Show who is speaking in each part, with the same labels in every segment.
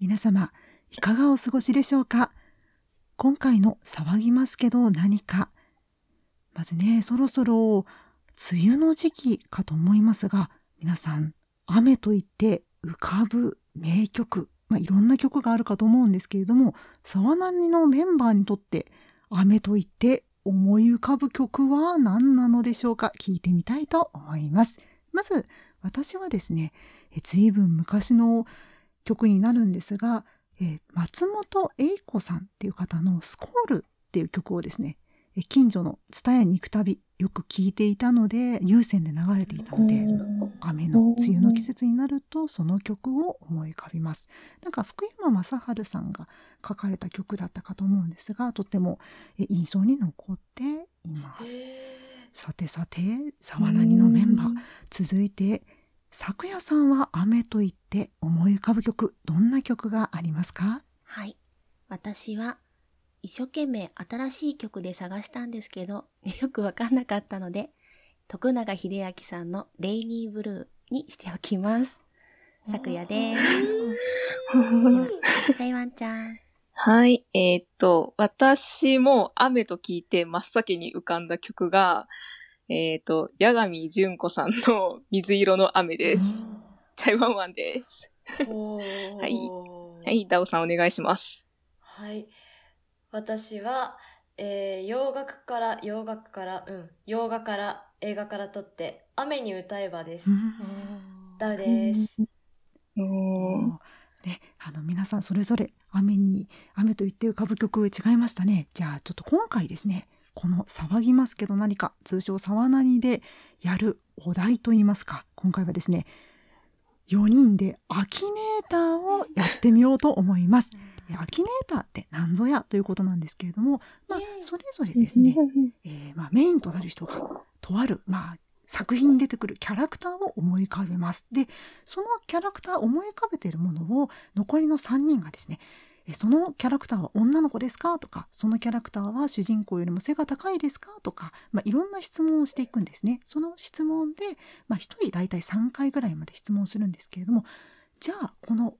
Speaker 1: 皆様、いかがお過ごしでしょうか今回の騒ぎますけど何か。まずね、そろそろ梅雨の時期かと思いますが、皆さん、雨といって浮かぶ名曲、まあ、いろんな曲があるかと思うんですけれども、沢なにのメンバーにとって雨といって思い浮かぶ曲は何なのでしょうか聞いてみたいと思います。まず、私はですね、え随分昔の曲になるんですが、え松本英子さんっていう方のスコールっていう曲をですね、え近所の蔦屋に行くたびよく聞いていたので、有線で流れていたので、雨の梅雨の季節になるとその曲を思い浮かびます。なんか福山雅治さんが書かれた曲だったかと思うんですが、とっても印象に残っています。さてさて、沢なにのメンバー、続いて、昨夜さんは雨と言って思い浮かぶ曲、どんな曲がありますか
Speaker 2: はい。私は、一生懸命新しい曲で探したんですけど、 よくわかんなかったので、徳永英明さんのレイニーブルーにしておきます。昨夜です。台湾ちゃん。
Speaker 3: はい。えー、っと、私も雨と聞いて真っ先に浮かんだ曲が、えっ、ー、と、八神純子さんの水色の雨です。チャイワンワンです。はい。はい、ダオさんお願いします。
Speaker 4: はい。私は、えー、洋楽から、洋楽から、うん、洋画から、映画から撮って、雨に歌えばです。ダウです。
Speaker 1: ね、あの皆さんそれぞれ雨に雨と言って浮かぶ曲違いましたねじゃあちょっと今回ですねこの騒ぎますけど何か、通称騒なにでやるお題といいますか、今回はですね、4人でアキネーターをやってみようと思います。アキネーターって何ぞやということなんですけれども、まあ、それぞれですね、えー、まあ、メインとなる人が、とある、まあ、作品に出てくるキャラクターを思い浮かべます。で、そのキャラクター、思い浮かべているものを、残りの3人がですね、そのキャラクターは女の子ですかとか、そのキャラクターは主人公よりも背が高いですかとか、まあ、いろんな質問をしていくんですね。その質問で、まあ、1人大体3回ぐらいまで質問するんですけれども、じゃあ、この、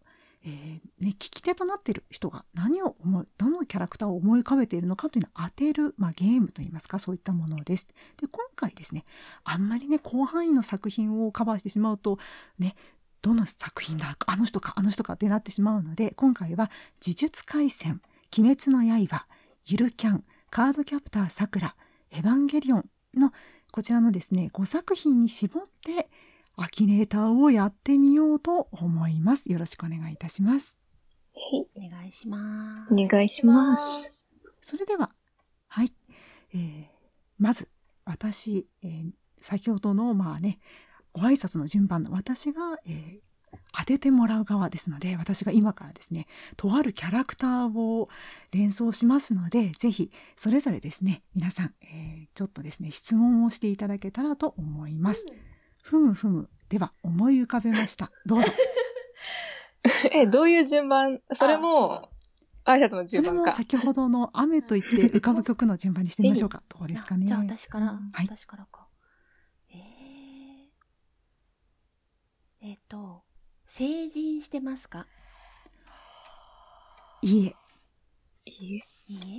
Speaker 1: えー、ね、聞き手となっている人が何を思う、どのキャラクターを思い浮かべているのかというのを当てる、まあ、ゲームといいますか、そういったものです。で、今回ですね、あんまりね、広範囲の作品をカバーしてしまうと、ね、どの作品だあの人かあの人かってなってしまうので今回は「呪術廻戦」「鬼滅の刃」「ゆるキャン」「カードキャプターさくら」「エヴァンゲリオン」のこちらのですね5作品に絞ってアキネーターをやってみようと思います。よろしくお願いいたします。
Speaker 2: はい、お願いします。
Speaker 3: お願いします。
Speaker 1: それでは、はい、えー、まず私、えー、先ほどのまあねご挨拶の順番の私が、えー、当ててもらう側ですので、私が今からですね、とあるキャラクターを連想しますので、ぜひ、それぞれですね、皆さん、えー、ちょっとですね、質問をしていただけたらと思います。ふむふむ。では、思い浮かべました。どうぞ。
Speaker 3: え、どういう順番それも、挨拶の順
Speaker 1: 番か。それも先ほどの雨と言って浮かぶ曲の順番にしてみましょうか。どうですかね。
Speaker 2: じゃあ、私から、
Speaker 1: はい、
Speaker 2: 私からか。えっ、ー、と、成人してますか
Speaker 1: いいえ。
Speaker 2: いいえ いいえ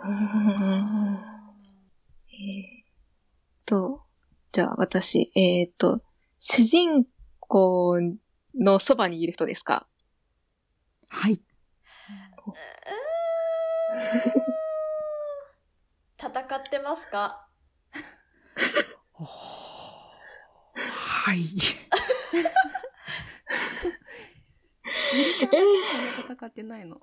Speaker 3: えー、と、じゃあ私、えっ、ー、と、主人公のそばにいる人ですか
Speaker 1: はい。
Speaker 4: 戦ってますか
Speaker 1: はい。
Speaker 2: ゆりちゃんだけでも戦ってないの。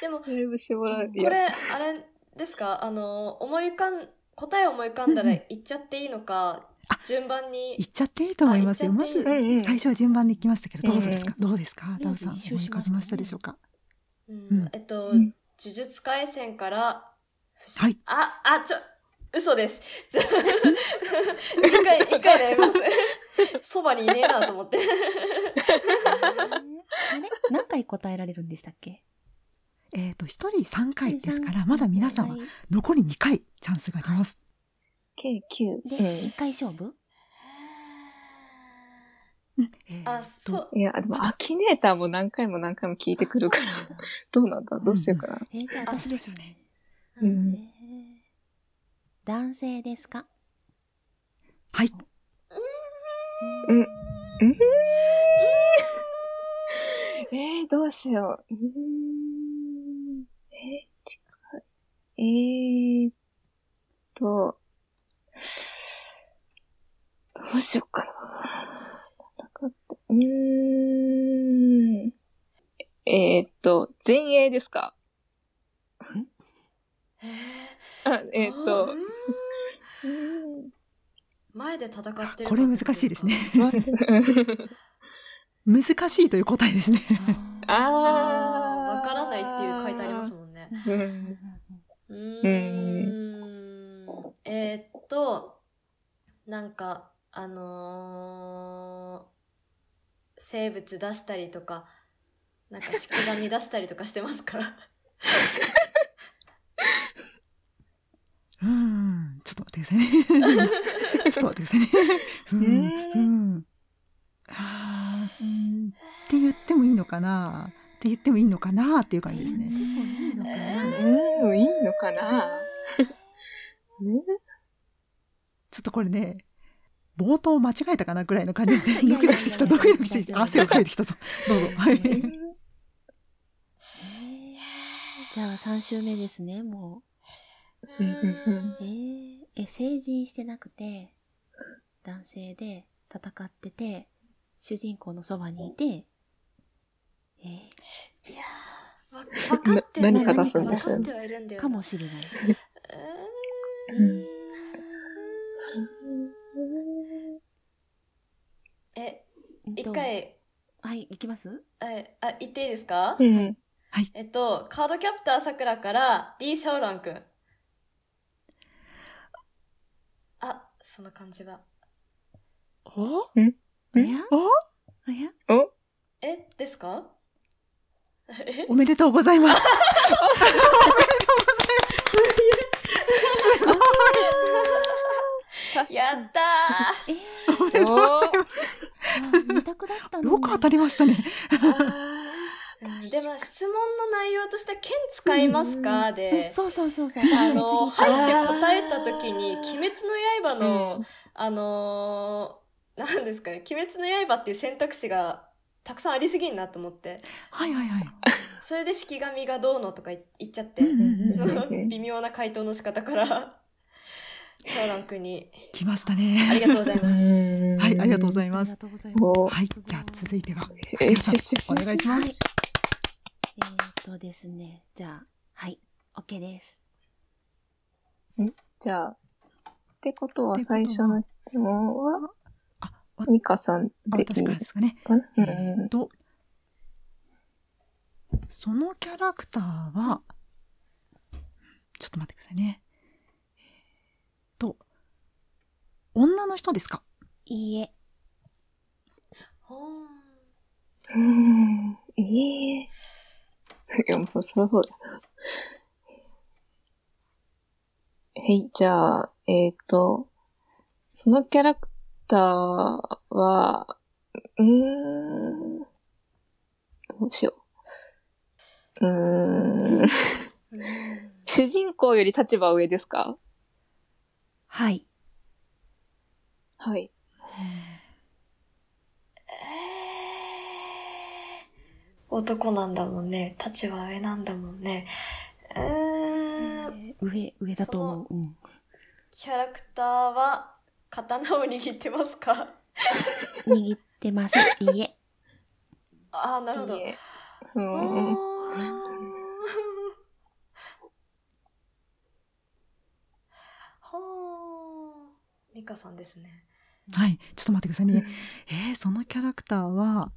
Speaker 4: でも、こ
Speaker 3: れ、
Speaker 4: あれですかあの、思い浮かん、答え思い浮かんだら言っちゃっていいのか、順番に。
Speaker 1: 言っちゃっていいと思いますよ。まず、最初は順番でいきましたけど、どうですか、どうですかダウさん、思い浮かびましたでしょうか、
Speaker 4: うんえっと、呪術廻戦から、
Speaker 1: はい。
Speaker 4: あ、あ、ちょ、嘘です。じゃあ、一回、一回やります。そばにいねえなと思って。
Speaker 2: あれ何回答えられるんでしたっけ
Speaker 1: えっ、と、一人3回ですから、まだ皆さんは残り2回チャンスがあります。
Speaker 3: 計、は、9、い。
Speaker 2: で、1回勝負
Speaker 1: うん、えー
Speaker 4: あ、そう。
Speaker 3: いや、でも、アキネーターも何回も何回も聞いてくるから、
Speaker 2: そうなんだ
Speaker 3: どうなんだどうしようかな。
Speaker 2: えーじゃあ
Speaker 4: あ
Speaker 2: 私ですよね。
Speaker 3: う
Speaker 4: うん
Speaker 3: ん。
Speaker 2: えー男性ですか
Speaker 1: はい。
Speaker 3: うん。えー、どうしよう。うーん。えー、近い。えーっと、どうしようかな。戦って。うーん。えーっと、前衛ですか
Speaker 4: えー
Speaker 3: あえーっと
Speaker 4: う、ん前で戦ってるかって
Speaker 1: これ難しいですね。
Speaker 3: 待って
Speaker 1: 難しいという答えですね。
Speaker 4: ああー、わ
Speaker 3: あー
Speaker 4: からないっていう書いてありますもんね。
Speaker 3: うん
Speaker 4: うーん。えーっと、なんか、あのー生物出したりとか、なんか式紙出したりとかしてますか
Speaker 1: うん。ちょっと待ってください ね。ちょっと待ってくださいね。うん。うん。あーうんって言ってもいいのかなって言ってもいいのかなっていう感じですね。
Speaker 2: いいのかな
Speaker 3: うん、いいのかな。うん
Speaker 1: ちょっとこれね、冒頭間違えたかなぐらいの感じです
Speaker 2: い
Speaker 1: ね。
Speaker 2: や
Speaker 1: ド
Speaker 2: いやい
Speaker 1: キドキ
Speaker 2: や
Speaker 1: してきた、ドキドキしてきた。
Speaker 2: 大
Speaker 1: 汗
Speaker 2: 丈夫
Speaker 1: をかいてきたぞ。どうぞ。はい。
Speaker 2: えーじゃあ3週目ですね、も
Speaker 4: う
Speaker 3: うんうん
Speaker 2: う。えーえ、成人してなくて、男性で戦ってて、主人公のそばにいて、え
Speaker 4: わわかってない
Speaker 3: な
Speaker 2: 何か出すん
Speaker 4: わ
Speaker 2: です
Speaker 4: かってはいるんだ
Speaker 2: ー
Speaker 4: よな。
Speaker 2: かもしれない。
Speaker 4: う
Speaker 3: うん
Speaker 4: ーんえ、
Speaker 2: うんと
Speaker 4: 一。回、
Speaker 2: はい、いきます
Speaker 4: え、あ、言っていいですか、
Speaker 3: うん。
Speaker 4: えっと、カードキャプターさくらから、リー・シャオランくん。あ、その感じは。
Speaker 1: お
Speaker 2: お
Speaker 3: ん
Speaker 2: やおや
Speaker 3: お
Speaker 4: え、ですかえ
Speaker 1: おめでとうございます。
Speaker 4: やった
Speaker 2: え
Speaker 1: おめでとうございます。
Speaker 2: ー、2択だったのに
Speaker 1: よく当たりましたね。
Speaker 4: ーでも質問の内容として「剣使いますか?」で、
Speaker 2: そうそうそうそ
Speaker 4: あ
Speaker 2: う。私
Speaker 4: の
Speaker 2: そ
Speaker 4: 入
Speaker 2: れ次
Speaker 4: って
Speaker 2: 行った
Speaker 4: 答えた時に「鬼滅の刃の」
Speaker 3: うん
Speaker 4: あのー、なんですかね「鬼滅の刃」っていう選択肢がたくさんありすぎんなと思って
Speaker 1: はいはいはい。
Speaker 4: それで「式神がどうの」とか言っちゃって、
Speaker 1: うんうんうん
Speaker 4: その
Speaker 3: うん
Speaker 4: 微妙な回答の仕方から シャオラン君に
Speaker 1: 来ました
Speaker 4: あり
Speaker 1: ね。
Speaker 4: がとうございます。
Speaker 1: はい、ありがとうござい
Speaker 2: あ
Speaker 1: ま
Speaker 2: り
Speaker 1: す
Speaker 2: が。とうござい
Speaker 3: お
Speaker 2: ます。
Speaker 1: はい、じ
Speaker 2: すご
Speaker 1: ゃあ続いては。
Speaker 3: よしよしよし
Speaker 1: お願いします。
Speaker 2: えー、っとですね、じゃあ、はい、OK です。
Speaker 3: じゃあ、ってことは最初の質問は、
Speaker 1: あ、わ
Speaker 3: ミカさん
Speaker 1: あ
Speaker 3: でいい
Speaker 1: 私からですかね。
Speaker 3: かな
Speaker 1: え
Speaker 3: う
Speaker 1: ーっ
Speaker 3: ん
Speaker 1: と、そのキャラクターは、ちょっと待ってくださいね。えーっと、女の人ですか
Speaker 2: いいえ。
Speaker 4: ほーん
Speaker 3: うん。ええ。い や、もうそりゃそうだ。はい、じゃあ、えっ、と、そのキャラクターは、うーん、どうしよう。うーん、
Speaker 4: う ん
Speaker 3: 主人公より立場上ですか
Speaker 2: はい。
Speaker 3: はい。
Speaker 4: 男なんだもんね立場上なんだもんねうーん
Speaker 2: 上、上だと思う。うん。
Speaker 4: キャラクターは刀を握ってますか
Speaker 2: 握ってません。いいえ。
Speaker 4: ああなるほど
Speaker 3: いいえう
Speaker 4: う
Speaker 3: ー
Speaker 4: ー
Speaker 3: ん
Speaker 4: ん。ほーミカさんですね
Speaker 1: はい、ちょっと待ってくださいね。えー、そのキャラクターは、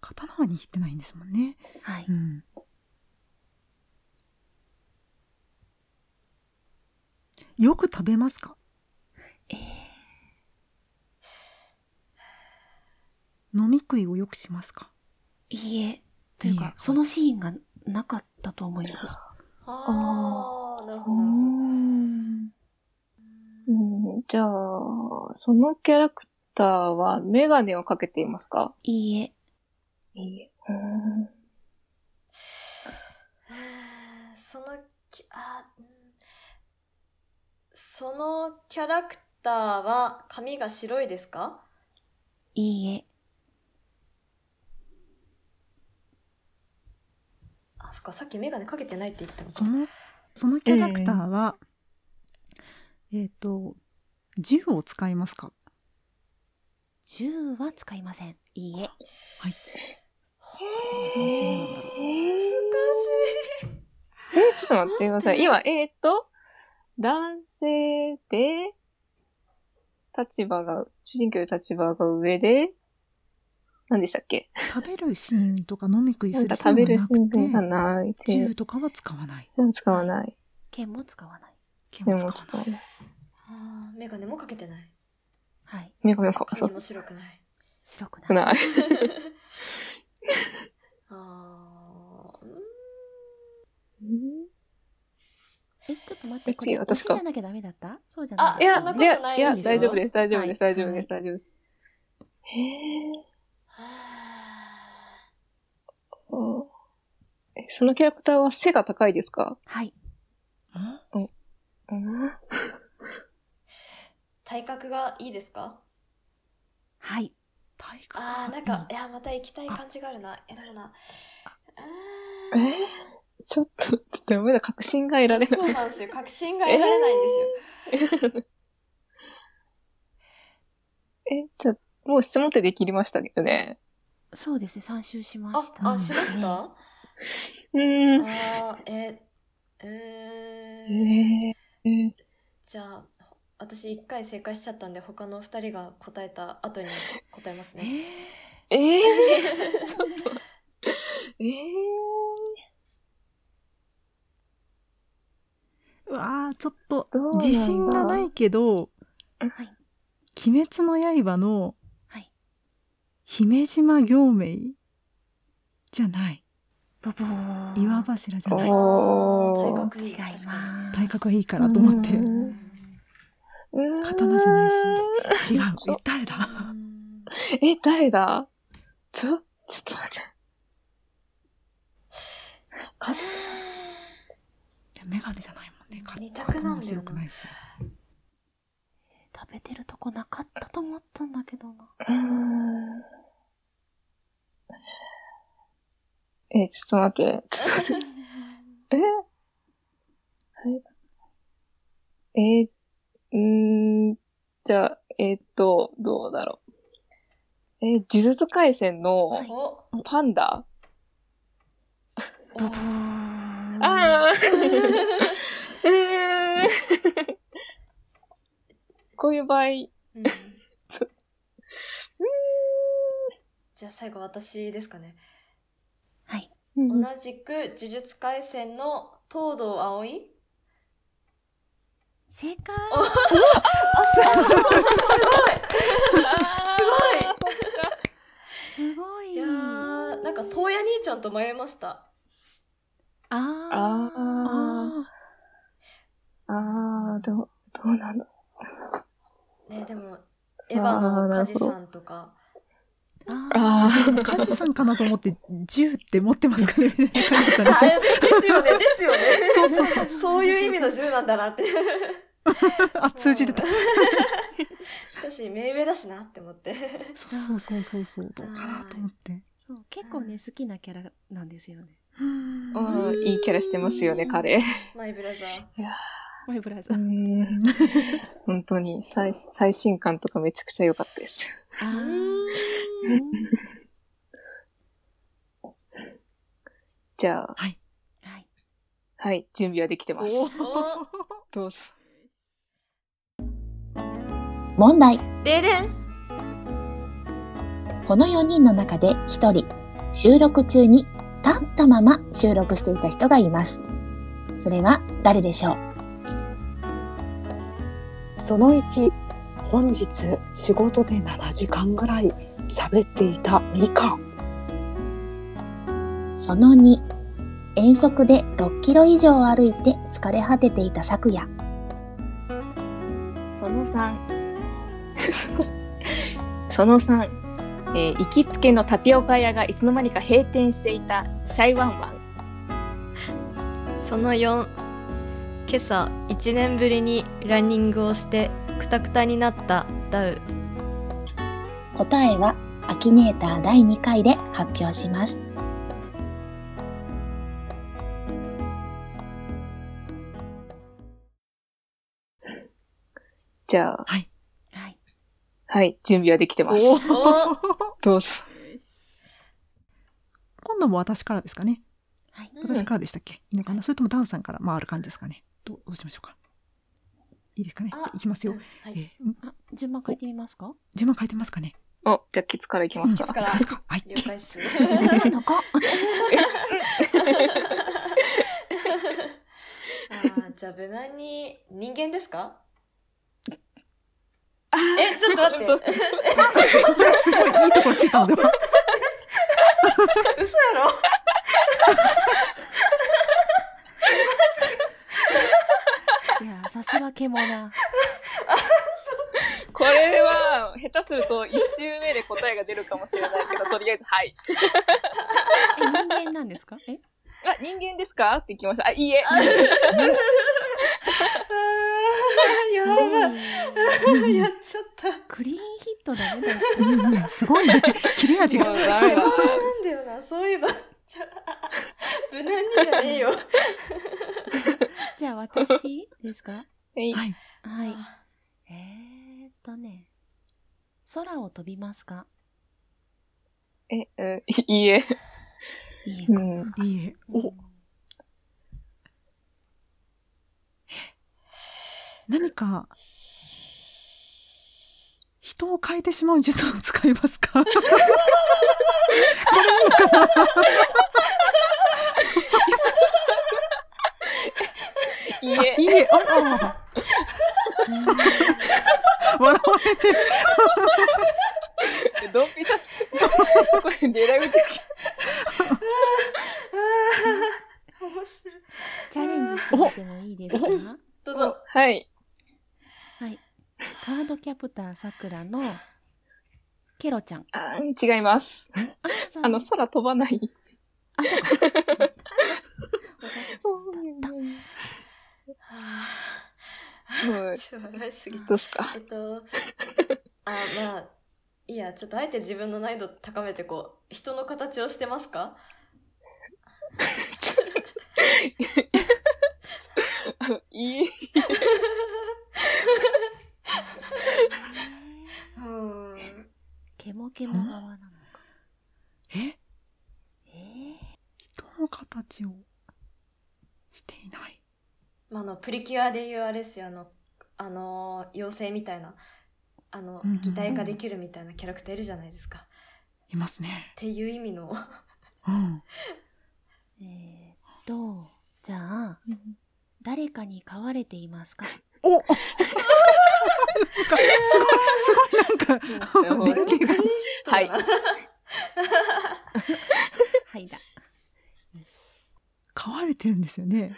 Speaker 1: 刀は握ってないんですもんね。
Speaker 2: はい。
Speaker 1: うん。よく食べますか
Speaker 2: えー
Speaker 1: 飲み食いをよくしますか
Speaker 2: いいえ。という
Speaker 1: いい
Speaker 2: か
Speaker 1: え、
Speaker 2: そのシーンがなかったと思います。
Speaker 4: ああなるほどなる
Speaker 3: う
Speaker 4: ほど
Speaker 3: んうんじゃあ、そのキャラクタターはメガネをかけていますか
Speaker 2: いいえ。
Speaker 3: いいえ。うーん
Speaker 4: そのきあうんそのキャラクターは髪が白いですか
Speaker 2: いいえ。
Speaker 4: あそっかさっきメガネかけてないって言ったの
Speaker 1: そ
Speaker 4: か
Speaker 1: のそのキャラクターは、えっ、と銃を使いますか
Speaker 2: 銃は使いません。いいえ。
Speaker 4: ほ
Speaker 1: どう
Speaker 4: ー
Speaker 1: いうのだろう
Speaker 4: 難しい
Speaker 3: え、ちょっと待ってください。今、えーっと、男性で、立場が、主人公より立場が上で、何でしたっけ
Speaker 1: 食べるシーンとか飲み食い
Speaker 3: な
Speaker 1: す
Speaker 3: ん
Speaker 1: る
Speaker 3: か
Speaker 1: シー
Speaker 3: 食べるシー
Speaker 1: ン
Speaker 3: ン
Speaker 1: が
Speaker 3: が
Speaker 1: なく
Speaker 3: ない。
Speaker 1: て銃とかは使わない
Speaker 3: 使わない。
Speaker 2: 剣も使わない。
Speaker 1: 剣
Speaker 3: で
Speaker 1: も
Speaker 3: も、ちょ
Speaker 1: 使
Speaker 3: っと
Speaker 1: わない、
Speaker 4: あーメガネもかけてない
Speaker 2: はい。
Speaker 3: メガネか、そ
Speaker 4: 髪
Speaker 3: う、
Speaker 4: も白くない
Speaker 2: 白く
Speaker 3: 少
Speaker 2: ない。
Speaker 3: ない。
Speaker 4: あーうん
Speaker 2: え、ちょっと待って、
Speaker 3: え
Speaker 2: これ
Speaker 3: 違う私
Speaker 2: 私
Speaker 3: か
Speaker 2: じゃなきゃダメだったそうじゃない
Speaker 4: あ
Speaker 3: いや
Speaker 4: そんな、こ
Speaker 3: い
Speaker 4: と
Speaker 3: や
Speaker 4: ない
Speaker 3: いや、
Speaker 4: ですよ
Speaker 3: 大丈夫です、大丈夫です、
Speaker 2: はい
Speaker 3: 大丈夫です、大丈夫です。へえ。
Speaker 4: はあ
Speaker 3: えそのキャラクターは背が高いですか
Speaker 2: はい。
Speaker 3: うん
Speaker 4: 体格がいいですか
Speaker 2: はい。
Speaker 1: 体格
Speaker 4: あーなんかいやまた行きたい感じがあるな選ぶなう
Speaker 3: え
Speaker 4: ーん
Speaker 3: ーちょっと、ちょっとダメだ、確信が得られない。
Speaker 4: そうなんですよ確信が得られないんですよ、
Speaker 3: え、じゃあ、もう質問ってできましたけどね。
Speaker 2: そうですね、3周しました。
Speaker 4: あ、あ、しました。
Speaker 2: は
Speaker 4: あ
Speaker 3: うー
Speaker 4: あ
Speaker 3: ん。
Speaker 4: ー、え、う
Speaker 3: え
Speaker 4: ーん。
Speaker 3: ーえ
Speaker 4: じゃあ、ほ私一回正解しちゃったんで、他の二人が答えた後に答えます
Speaker 1: え
Speaker 4: ね。
Speaker 3: ー、えー、ちょっと、えー、
Speaker 1: ー、うわーちょっと
Speaker 3: どうなんだ
Speaker 1: 自信がないけど
Speaker 2: い。
Speaker 1: 「鬼滅の刃」の
Speaker 2: はい。
Speaker 1: 姫島行明じゃない
Speaker 2: ブブー。
Speaker 1: 岩柱じゃない
Speaker 3: おー
Speaker 4: ー体格いい。
Speaker 2: 違います
Speaker 4: 確か
Speaker 1: 体格がいいからと思って
Speaker 3: う
Speaker 4: にね
Speaker 3: んうーん
Speaker 1: 刀じゃないし違う
Speaker 3: そう
Speaker 1: え誰だ
Speaker 4: うん
Speaker 3: え、誰だちょ、ちょっと待って。か
Speaker 1: メガネじゃないもんね
Speaker 4: 二択なんだよな
Speaker 1: 白くないし
Speaker 2: 食べてるとこなかったと思ったんだけどな。
Speaker 3: うーんえ、ちょっと待って。ちょっと待って。えはい。えー、んーじゃあ、えーっと、どうだろう。えー、呪術廻戦の
Speaker 4: お、お
Speaker 3: パンダ、
Speaker 2: ブブー。
Speaker 3: あーうーんこういう場 合、
Speaker 4: うん
Speaker 3: ちょ
Speaker 4: じゃあ最後私ですかね。
Speaker 2: はい。
Speaker 4: 同じく呪術廻戦の東堂葵
Speaker 2: 正解すごい
Speaker 4: いやー、なんか東野兄ちゃんと迷いました。
Speaker 2: あ
Speaker 3: あーあー、どう、どうなんだ
Speaker 4: ね、でも、
Speaker 3: そう
Speaker 4: エヴァの
Speaker 3: なる
Speaker 4: 梶
Speaker 3: ほど
Speaker 4: さんとか。
Speaker 2: ーあー。
Speaker 3: あ
Speaker 1: 私も梶さんかなと思って銃って持ってますかねみたいな感じだったんで
Speaker 4: あ
Speaker 1: すよ
Speaker 4: れですよね、ですよね。
Speaker 1: そうそうそう
Speaker 4: そういう意味の銃なんだなって。
Speaker 1: あ 通じてた
Speaker 4: 私、目上だしなって思って。
Speaker 1: そうそうそうそうそうどうかなと思って
Speaker 2: そう、結構ね、好きなキャラなんですよね。
Speaker 1: うん
Speaker 3: あ、うんいいキャラしてますよね、彼。
Speaker 4: マイブラザー。
Speaker 2: マイブラザ
Speaker 3: う
Speaker 2: ー。
Speaker 3: ん本当に最、最新感とかめちゃくちゃ良かったです。
Speaker 2: あ
Speaker 4: う
Speaker 2: ー
Speaker 4: ーん
Speaker 3: じゃあ、
Speaker 2: はい。
Speaker 3: はい、準備はできてます。
Speaker 4: お
Speaker 3: どうぞ。
Speaker 5: 問題。
Speaker 4: ででん
Speaker 5: この4人の中で1人、収録中に立ったまま収録していた人がいます。それは誰でしょう
Speaker 6: その1、本日仕事で7時間ぐらい喋っていたミカ。
Speaker 5: その2、遠足で6キロ以上歩いて疲れ果てていた昨夜。
Speaker 7: その3
Speaker 3: その3、えー行きつけのタピオカ屋がいつの間にか閉店していたチャイワンワン。
Speaker 4: その4今朝1年ぶりにランニングをしてクタクタになったダウ
Speaker 5: 答えはアキネーター第2回で発表します。
Speaker 3: じゃあ、
Speaker 2: はい。
Speaker 3: はい、準備はできてます。
Speaker 4: お
Speaker 3: どうぞ。
Speaker 1: 今度も私からですかね。
Speaker 2: はい。
Speaker 1: 私からでしたっけ、いいのかなそれともダウンさんから回る感じですかねどうどうしましょうかいいですかねじゃあいきますよ。
Speaker 4: は
Speaker 1: え
Speaker 4: い、
Speaker 1: ーん
Speaker 2: あ、順番変えてみますか
Speaker 1: 順番変えてますかね
Speaker 3: お、じゃあ、ケツからいきます
Speaker 4: ケツ
Speaker 3: か。
Speaker 4: から
Speaker 1: ですかはい。
Speaker 4: 了解っすね
Speaker 2: の か
Speaker 4: あーじゃあ無難に人間ですか
Speaker 3: あ
Speaker 4: えちょっと待って
Speaker 3: 本
Speaker 1: これすごいいいところついたのでは
Speaker 4: え嘘やろ
Speaker 2: いや、さすが獣な。
Speaker 3: これは、下手すると1周目で答えが出るかもしれないけど、とりあえず、はい。
Speaker 2: え、人間なんですかえ
Speaker 3: あ、人間ですかって聞きました。あ、いいえ。
Speaker 4: あ ーやばい
Speaker 1: うんうん
Speaker 4: やっちゃった
Speaker 2: クリーンヒットだね。だって
Speaker 1: うんうん すごいね。切れ味
Speaker 3: も
Speaker 1: が
Speaker 3: う。ダ メだ。
Speaker 4: なんだよなそういえばじゃあ無難にじゃねえよ
Speaker 2: じゃあ私です か
Speaker 3: はい
Speaker 1: はい。
Speaker 2: はい。えーっとね。空を飛びますか
Speaker 3: え、うん、いいえ。
Speaker 2: いいうか。
Speaker 3: ん。
Speaker 1: いいえ。お、何か、人を変えてしまう術を使いますかこれいいかな
Speaker 3: いい
Speaker 1: あ
Speaker 3: え
Speaker 1: い。いえ。ああ笑われてる。
Speaker 3: ドンピシャス。 これ狙い撃ち。
Speaker 4: あー面白い
Speaker 2: チャレンジしてみてもいいですか
Speaker 4: どうぞ
Speaker 3: はい。
Speaker 2: はい。カードキャプターさくらのケロちゃん。
Speaker 3: あー違います。 あの、空飛ばない。
Speaker 2: あ、 そうか。そうだ
Speaker 4: あ
Speaker 3: もう
Speaker 4: ーちょっと笑いすぎた
Speaker 3: どうすか
Speaker 4: えっとあまあいいやちょっとあえて自分の難易度高めてこう人の形をしてますか
Speaker 3: あのいい。
Speaker 4: うーん
Speaker 2: ケモケモ側なのか。
Speaker 1: え
Speaker 2: えー
Speaker 1: 人の形をしていない。
Speaker 4: まああのプリキュアでいうあれっすよあのあの妖精みたいなあの
Speaker 1: うんうんうん
Speaker 4: 擬態化できるみたいなキャラクターいるじゃないですかっ
Speaker 1: いますね。
Speaker 4: ていう意味の
Speaker 1: うん。
Speaker 2: えーっと、じゃあ、誰かに飼われていますか
Speaker 1: おなんか、 すごい、すごいなんか、 電気が。
Speaker 3: はい
Speaker 4: そうだな
Speaker 2: はいだ。
Speaker 1: 飼われてるんですよね。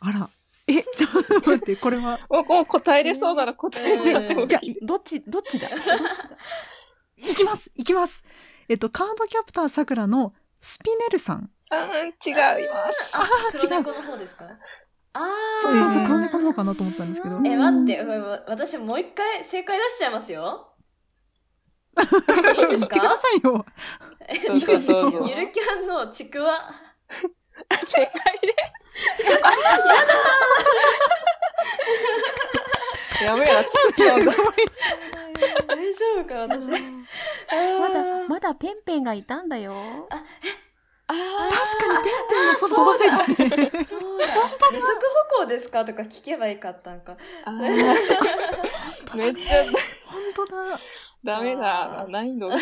Speaker 1: あら。え、ちょっと待って、これは。
Speaker 3: もうもう答えれそうなら答えちゃってもいい
Speaker 1: じゃあ、
Speaker 2: どっち、どっちだどっ ちだ
Speaker 1: いきますいきますえっと、カードキャプターさくらのスピネルさん。
Speaker 3: あー違います。
Speaker 4: 黒猫の方ですかああ
Speaker 1: そうそうそう、
Speaker 3: えー
Speaker 1: 黒猫の方かなと思ったんですけど。
Speaker 4: え待ってうわうわ私もう一回正解出しちゃいま すよいい
Speaker 1: 言
Speaker 4: で
Speaker 1: ってく
Speaker 4: す
Speaker 1: だ
Speaker 4: か
Speaker 1: さいよ。
Speaker 3: どうぞどうぞ。
Speaker 4: ゆ るキャンのちくわ
Speaker 3: 正解です。やめや、ちょっとやだ。
Speaker 4: 大丈夫か私
Speaker 2: まだ、まだペンペンがいたんだよ。
Speaker 3: あ
Speaker 1: 確かに、ペンペンのその話題ですね。
Speaker 4: そうだ二足歩行ですかとか聞けばよかったんか
Speaker 3: ー めっちゃ
Speaker 1: 本当だ。
Speaker 3: ダメだ。難易度が。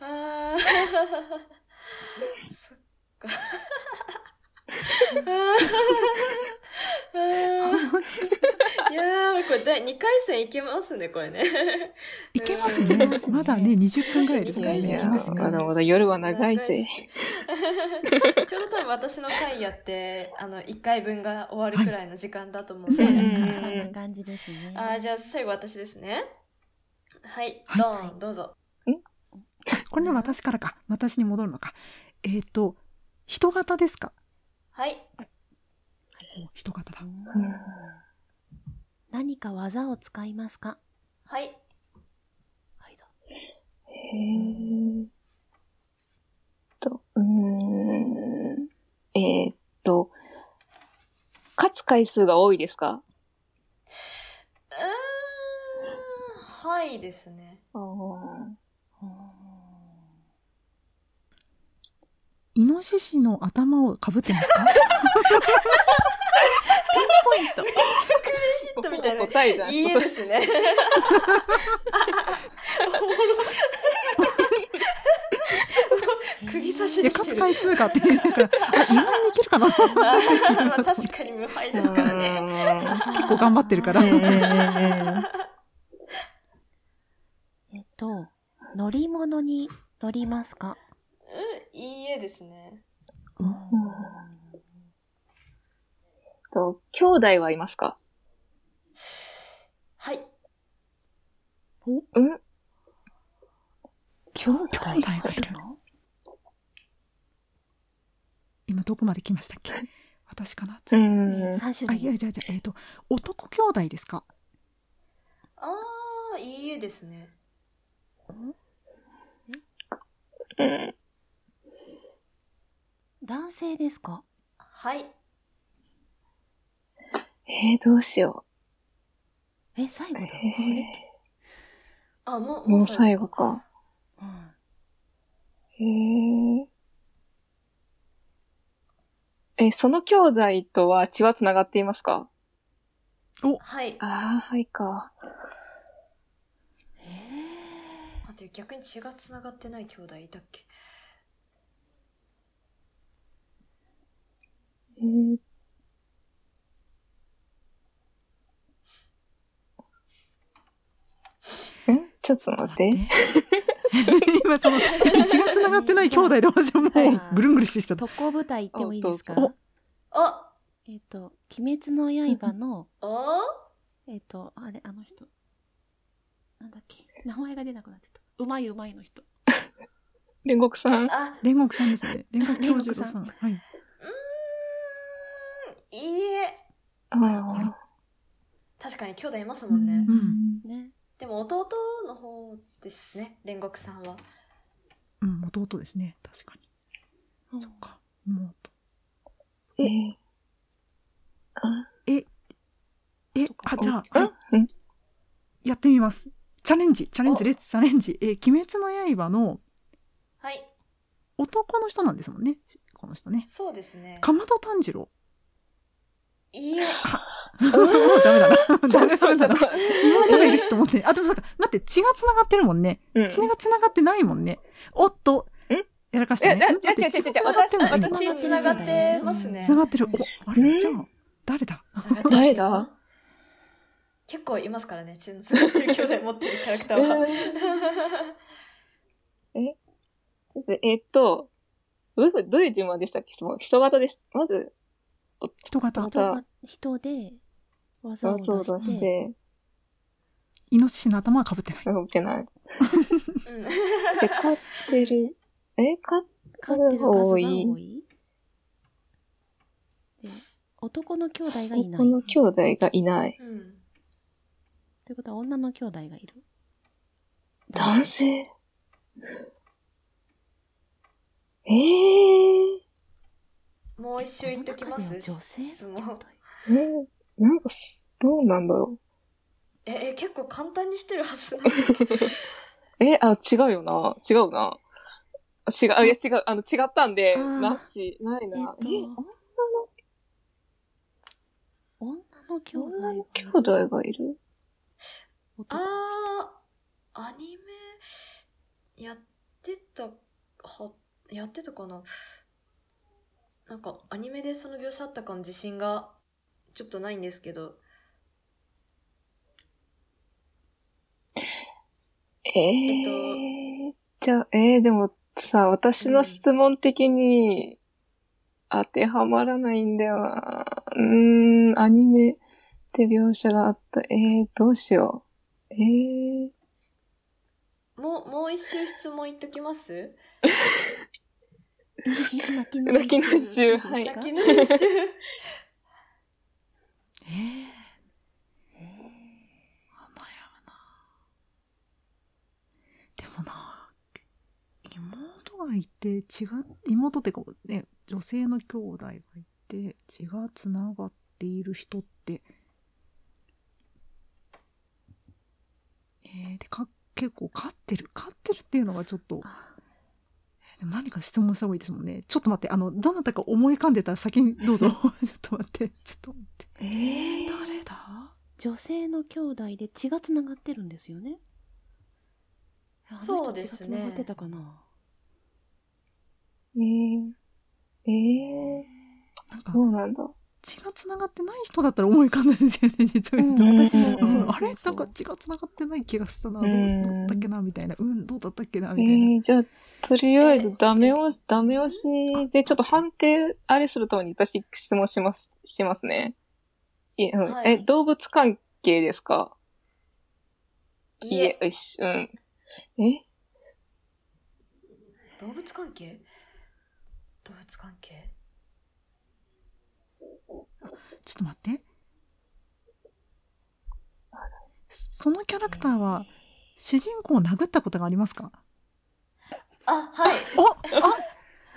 Speaker 4: あーそっかあーあ
Speaker 2: 面白い
Speaker 4: ーいやーこれ第2回戦いけますねこれね
Speaker 1: いけます
Speaker 2: いけ
Speaker 1: ね
Speaker 2: ますね
Speaker 1: まだね20分ぐらいですからね
Speaker 4: い
Speaker 1: い
Speaker 4: や
Speaker 1: けますよ
Speaker 4: あ
Speaker 3: まだ
Speaker 1: ね
Speaker 3: まだ夜は長いぜ。
Speaker 4: ちょうど多分私の回やってあの1回分が終わるくらいの時間だと思うんで、
Speaker 2: そう
Speaker 1: はい
Speaker 2: です
Speaker 3: うんうんう
Speaker 2: ね
Speaker 3: ん
Speaker 2: そんな感じですね。
Speaker 4: あーじゃあ最後私ですねはい、
Speaker 1: はい
Speaker 4: ドーンどうぞ
Speaker 1: これね私からか私に戻るのかえっ、と人型ですか
Speaker 4: はい
Speaker 1: お人型だ
Speaker 2: うん何か技を使いますか
Speaker 4: はい
Speaker 2: はいだ
Speaker 3: えーっと、うーん。えーっと、勝つ回数が多いですか
Speaker 4: うーんはいですね
Speaker 3: あー
Speaker 1: イノシシの頭をかぶってますか
Speaker 2: ポイント
Speaker 4: ットみたいな
Speaker 3: ほぼ答えじゃない
Speaker 4: いい
Speaker 3: で
Speaker 4: え
Speaker 3: す
Speaker 4: で
Speaker 3: か。
Speaker 4: すね釘刺し
Speaker 1: いや
Speaker 4: に来
Speaker 1: 勝つ
Speaker 4: てる
Speaker 1: 回数がって言いながらあ意外にいけるかな結
Speaker 4: あ ーまあ確かに無敗ですからね
Speaker 1: 構頑張ってるから
Speaker 3: うんうんうんうん
Speaker 2: えっと、乗り物に乗りますか
Speaker 4: うんいいえですね
Speaker 3: と、兄弟はいますか
Speaker 4: はい
Speaker 3: うん
Speaker 1: 兄弟がいるの今どこまで来ましたっけ私かな、
Speaker 3: うん。
Speaker 2: 三種
Speaker 1: あいや
Speaker 2: 類。
Speaker 1: いやいやえっ、と男兄弟ですか
Speaker 4: ああいいえですね
Speaker 3: うん
Speaker 2: 男性ですか
Speaker 4: はい
Speaker 3: えー、どうしよ
Speaker 2: え、最後だ。
Speaker 3: う。
Speaker 2: あれ
Speaker 3: え
Speaker 4: あもう
Speaker 3: ー、もう最後か。
Speaker 2: うん
Speaker 3: えー、え、その兄弟とは血は繋がっていますか
Speaker 4: はい
Speaker 3: ああ、はいか。
Speaker 4: 待って逆に血がつながってない兄弟いたっけ
Speaker 3: えー、んちょっと待って。
Speaker 1: 今その血がつながってない兄弟で私はもうぐるんぐるしてきちゃった
Speaker 2: 特攻部隊行ってもいいですか
Speaker 3: あどう
Speaker 1: ぞ
Speaker 4: あ
Speaker 2: えっと、鬼滅の刃の、
Speaker 4: あ
Speaker 2: えっと、あれ、あの人。なんだっけ名前が出なくなっちゃった。うまいうまいの人。
Speaker 3: 煉獄さん。
Speaker 4: あ
Speaker 1: 煉獄さんですね煉獄教授さん
Speaker 2: 煉獄さ
Speaker 1: は
Speaker 2: ん
Speaker 1: い、
Speaker 4: うーんいいえ
Speaker 3: あ
Speaker 4: 確かに兄弟います
Speaker 3: ー
Speaker 4: もんね、
Speaker 1: うん
Speaker 2: ね。
Speaker 4: でも弟の方ですね煉獄さんは
Speaker 1: うん、弟ですね確かに
Speaker 2: うん
Speaker 1: そっか妹
Speaker 3: えー
Speaker 1: え
Speaker 2: そっか
Speaker 1: あじゃあ
Speaker 3: う
Speaker 1: は
Speaker 3: ん
Speaker 1: い
Speaker 3: うん
Speaker 1: やってみますチャレンジチャレンジ
Speaker 4: お
Speaker 1: レッツチャレンジえー鬼滅の刃の
Speaker 4: はい
Speaker 1: 男の人なんですもんねこの人ね
Speaker 4: そうですね
Speaker 1: かまど炭治郎
Speaker 4: いいえ
Speaker 1: もう ダメだな。
Speaker 3: ちょ
Speaker 1: ダ
Speaker 3: っ
Speaker 1: メ
Speaker 3: と
Speaker 1: だな。
Speaker 3: 待
Speaker 1: 妹
Speaker 3: って、ちょっと待って
Speaker 1: がいるしと思って。あ、でもそっか、待って、血が繋がってるもんね。
Speaker 3: うん
Speaker 1: 血が繋がってないもんね。おっと
Speaker 3: ん、
Speaker 1: やらかし
Speaker 3: いや、
Speaker 1: た
Speaker 3: 違
Speaker 1: ね。
Speaker 3: う違う
Speaker 1: 待って
Speaker 3: 違う違う
Speaker 1: 血、が
Speaker 4: 私
Speaker 1: 繋がってる
Speaker 2: 私
Speaker 4: 私つながってますね
Speaker 1: 繋がってる。お、あれ
Speaker 3: うん
Speaker 1: じゃあ、誰だ
Speaker 4: 繋がってますよ
Speaker 3: 誰だ
Speaker 4: 結構いますからねつながってる兄弟持ってるキャラクターは
Speaker 3: えっと、どういう、どういう順番でしたっけその人型でしまず、
Speaker 1: 人型
Speaker 3: ま。た
Speaker 2: 人が人で、技
Speaker 3: 想
Speaker 2: を出
Speaker 3: 像出
Speaker 2: し。
Speaker 3: してて、
Speaker 1: イノシシの頭は被ってない。
Speaker 3: 動いてない。
Speaker 4: うん
Speaker 3: で、飼ってる、え、飼っ
Speaker 2: 飼ってる数が多い
Speaker 3: 多い
Speaker 2: で男の兄弟がい
Speaker 3: て
Speaker 2: ない
Speaker 3: この兄弟がいない。
Speaker 4: うん
Speaker 2: ということは女の兄弟がいる
Speaker 3: 男性えー、
Speaker 4: もう一周言っときます
Speaker 2: この中では女性
Speaker 4: 質問
Speaker 3: えー、なんかす、どうなんだろ
Speaker 4: ええ結構簡単にしてるはずなんですけど
Speaker 3: う。 え、あ、違うよな。違うな。違う、あいや違う、あの、違ったんで、
Speaker 2: あー
Speaker 3: なし、ない
Speaker 2: えっ
Speaker 3: な。
Speaker 2: と
Speaker 3: え、
Speaker 2: 女の兄弟
Speaker 3: 女の兄
Speaker 2: が
Speaker 3: 弟がいる
Speaker 2: 男
Speaker 4: あーアニメやってたはやってたかななんかアニメでその描写あったかの自信がちょっとないんですけど。
Speaker 3: え
Speaker 4: っと
Speaker 3: えじゃあ、えー、でもさ、私の質問的に当てはまらないんだよな。うーん、アニメって描写があった。えー、どうしよう。えー、
Speaker 4: もう、もう一周質問いっときます
Speaker 2: 泣き
Speaker 3: 泣きの一周はい
Speaker 2: いいですか
Speaker 4: 先の一周。
Speaker 1: えー、
Speaker 2: え
Speaker 1: 悩むなでもな妹がいて血が妹っていうか、ね、女性の兄弟がいて血がつながっている人ってえー、でか結構飼ってる飼ってるっていうのがちょっと
Speaker 2: ーあ
Speaker 1: でも何か質問した方がいいですもんねちょっと待ってあのどなたか思い浮かんでたら先にどう ぞちょっと待ってちょっと待って
Speaker 2: えー
Speaker 1: 誰だ
Speaker 2: 女性の兄弟で血がつながってるんですよねあの人
Speaker 4: そうですね
Speaker 2: 血がつながってたかな
Speaker 3: えー、えー、
Speaker 1: なんか
Speaker 3: そうなんだ。
Speaker 1: 血がつながってない人だったら思い浮かんだんですよね実は言うと、
Speaker 2: うん
Speaker 3: 私も
Speaker 1: うん
Speaker 3: そう
Speaker 1: あれなんか血がつながってない気がしたなどうだったっけなみたいなうんどうだったっけな
Speaker 3: え
Speaker 1: みたいな、
Speaker 3: ー、じゃあ、とりあえずダメ押し、ダメ押しで、ちょっと判定、あれするために私質問します、しますね。いえ、うん
Speaker 4: はい
Speaker 3: え動物関係ですか
Speaker 4: い
Speaker 3: い
Speaker 4: いえ
Speaker 3: え、、よし、うん。え
Speaker 4: 動物関係動物関係
Speaker 1: ちょっと待ってそのキャラクターは主人公を殴ったことがありますか
Speaker 4: あ、はい。
Speaker 1: おあ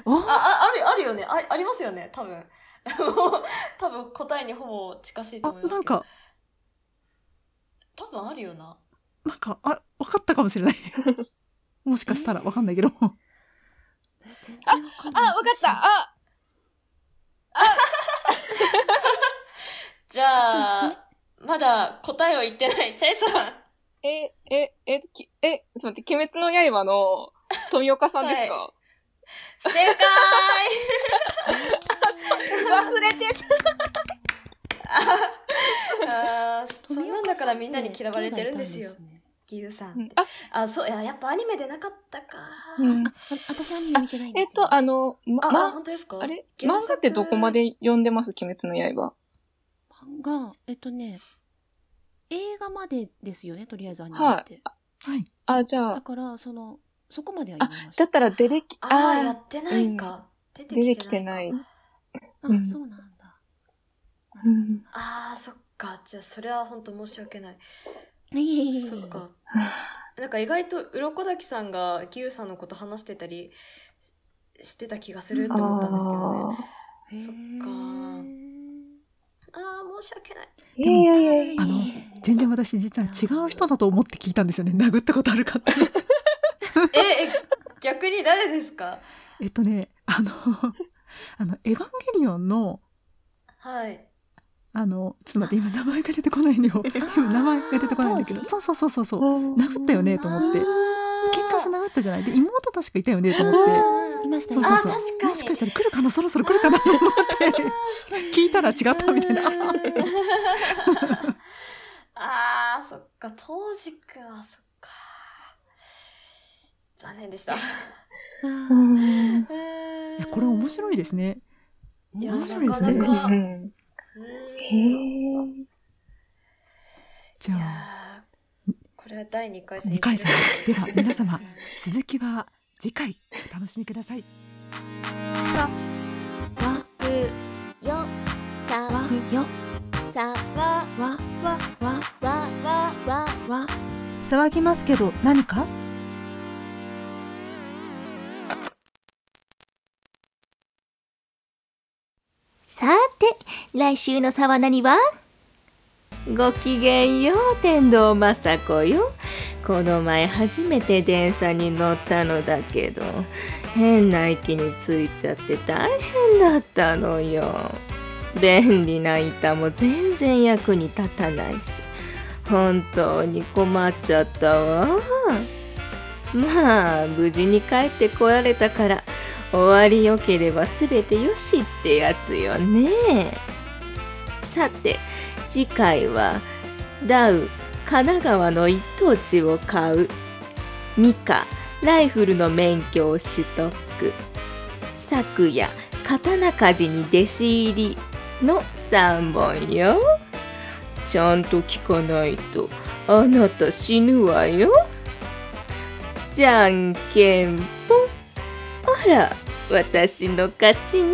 Speaker 4: あ、あ、ある、あるよね。あありますよね、多分。 多分答えにほぼ近しいと思い
Speaker 1: あ
Speaker 4: ますけど。
Speaker 1: なんか
Speaker 4: 多分あるよな。
Speaker 1: なんかあ分かったかもしれない もしかしたら分かんないけど
Speaker 2: え全然わかんない
Speaker 3: あ
Speaker 4: じゃあ、まだ答えを言ってない。チェイさん。
Speaker 3: え、え、え、きえ、ちょっと待って、鬼滅の刃の富岡さんですか、
Speaker 4: 正解
Speaker 3: 忘れて
Speaker 4: あーそ
Speaker 2: 富
Speaker 4: んな
Speaker 2: 岡さ
Speaker 4: ん
Speaker 2: ん
Speaker 4: だからみんなに嫌われてるんですよ
Speaker 2: 兄弟いたね
Speaker 4: 義勇さ
Speaker 3: うんん
Speaker 4: って
Speaker 3: あ、
Speaker 4: あそういややっぱアニメでなかったか、
Speaker 3: うん。
Speaker 2: あ私アニメ見てないん
Speaker 3: え
Speaker 2: で
Speaker 3: っ
Speaker 2: すよ
Speaker 3: と、あの、ま、
Speaker 4: あ、あ
Speaker 3: ま
Speaker 4: 本当ですか
Speaker 3: あれ漫
Speaker 4: 原作
Speaker 3: 画ってどこまで読んでます鬼滅の刃。
Speaker 2: 漫画えっとね映画までですよねとりあえずアニメって、
Speaker 1: はい
Speaker 3: あ、じゃ
Speaker 2: だ
Speaker 3: あ、
Speaker 2: からそのそこまでは読みまし
Speaker 3: だ
Speaker 2: た
Speaker 3: ったら出てき、
Speaker 4: ああやってないか、
Speaker 3: 出てきてない
Speaker 4: か。
Speaker 2: あ、
Speaker 3: うん
Speaker 2: そうなんだ
Speaker 3: うん
Speaker 4: あーそっかじゃあそれは本当申し訳ない
Speaker 2: いえいえいえいえ
Speaker 4: そっ かなんか意外と鱗滝さんが義勇さんのこと話してたりしてた気がするって思ったんですけどね
Speaker 2: へー
Speaker 4: そっかあー申し訳ない
Speaker 3: あーいやいやいや。
Speaker 1: あの全然私実は違う人だと思って聞いたんですよね殴ったことあるかって
Speaker 4: ええ逆に誰ですか
Speaker 1: えっとね、あの、 あの、エヴァンゲリオンの、
Speaker 4: はい
Speaker 1: あの、ちょっと待って、今名前が出てこないのよ。 今名前が出てこないんだけど、
Speaker 2: 当時
Speaker 1: そうそうそうそうそう、
Speaker 3: うん
Speaker 1: 殴ったよねと思って、喧嘩して殴ったじゃない。で、妹確かいたよねと思って。
Speaker 2: いました
Speaker 1: そう
Speaker 2: ね
Speaker 1: そう
Speaker 4: あ
Speaker 1: そう
Speaker 4: ー確かに
Speaker 1: もしかしたら来るかなそろそろ来るか なと思って聞いたら違ったみたいな
Speaker 4: うーんあーそっか当時くんはそっか残念でしたう
Speaker 3: うん
Speaker 4: ーん
Speaker 1: いやこれ面白いですね
Speaker 4: いや
Speaker 1: 面白いですね
Speaker 4: なかなかう
Speaker 3: へ
Speaker 4: ーん
Speaker 3: ー
Speaker 1: じゃ
Speaker 4: い
Speaker 1: あ
Speaker 4: やーこれは第2回戦
Speaker 1: 二回戦では皆様
Speaker 4: さ
Speaker 1: 続きは次回お楽しみください
Speaker 2: わ
Speaker 7: よさ
Speaker 2: わよ
Speaker 7: さ
Speaker 4: あ
Speaker 2: わ
Speaker 8: わ
Speaker 2: わ
Speaker 7: わわわ
Speaker 2: わ
Speaker 8: 騒ぎますけど何か
Speaker 7: さて来週のサワナには
Speaker 9: ごきげんよう天童雅子よこの前初めて電車に乗ったのだけど変な駅に着いちゃって大変だったのよ便利な板も全然役に立たないし本当に困っちゃったわまあ無事に帰ってこられたから終わりよければ全てよしってやつよねさて次回はダウ神奈川の一等地を買うミカライフルの免許を取得昨夜刀鍛冶に弟子入りの3本よちゃんと聞かないとあなた死ぬわよじゃんけんぽんあら私の勝ちね。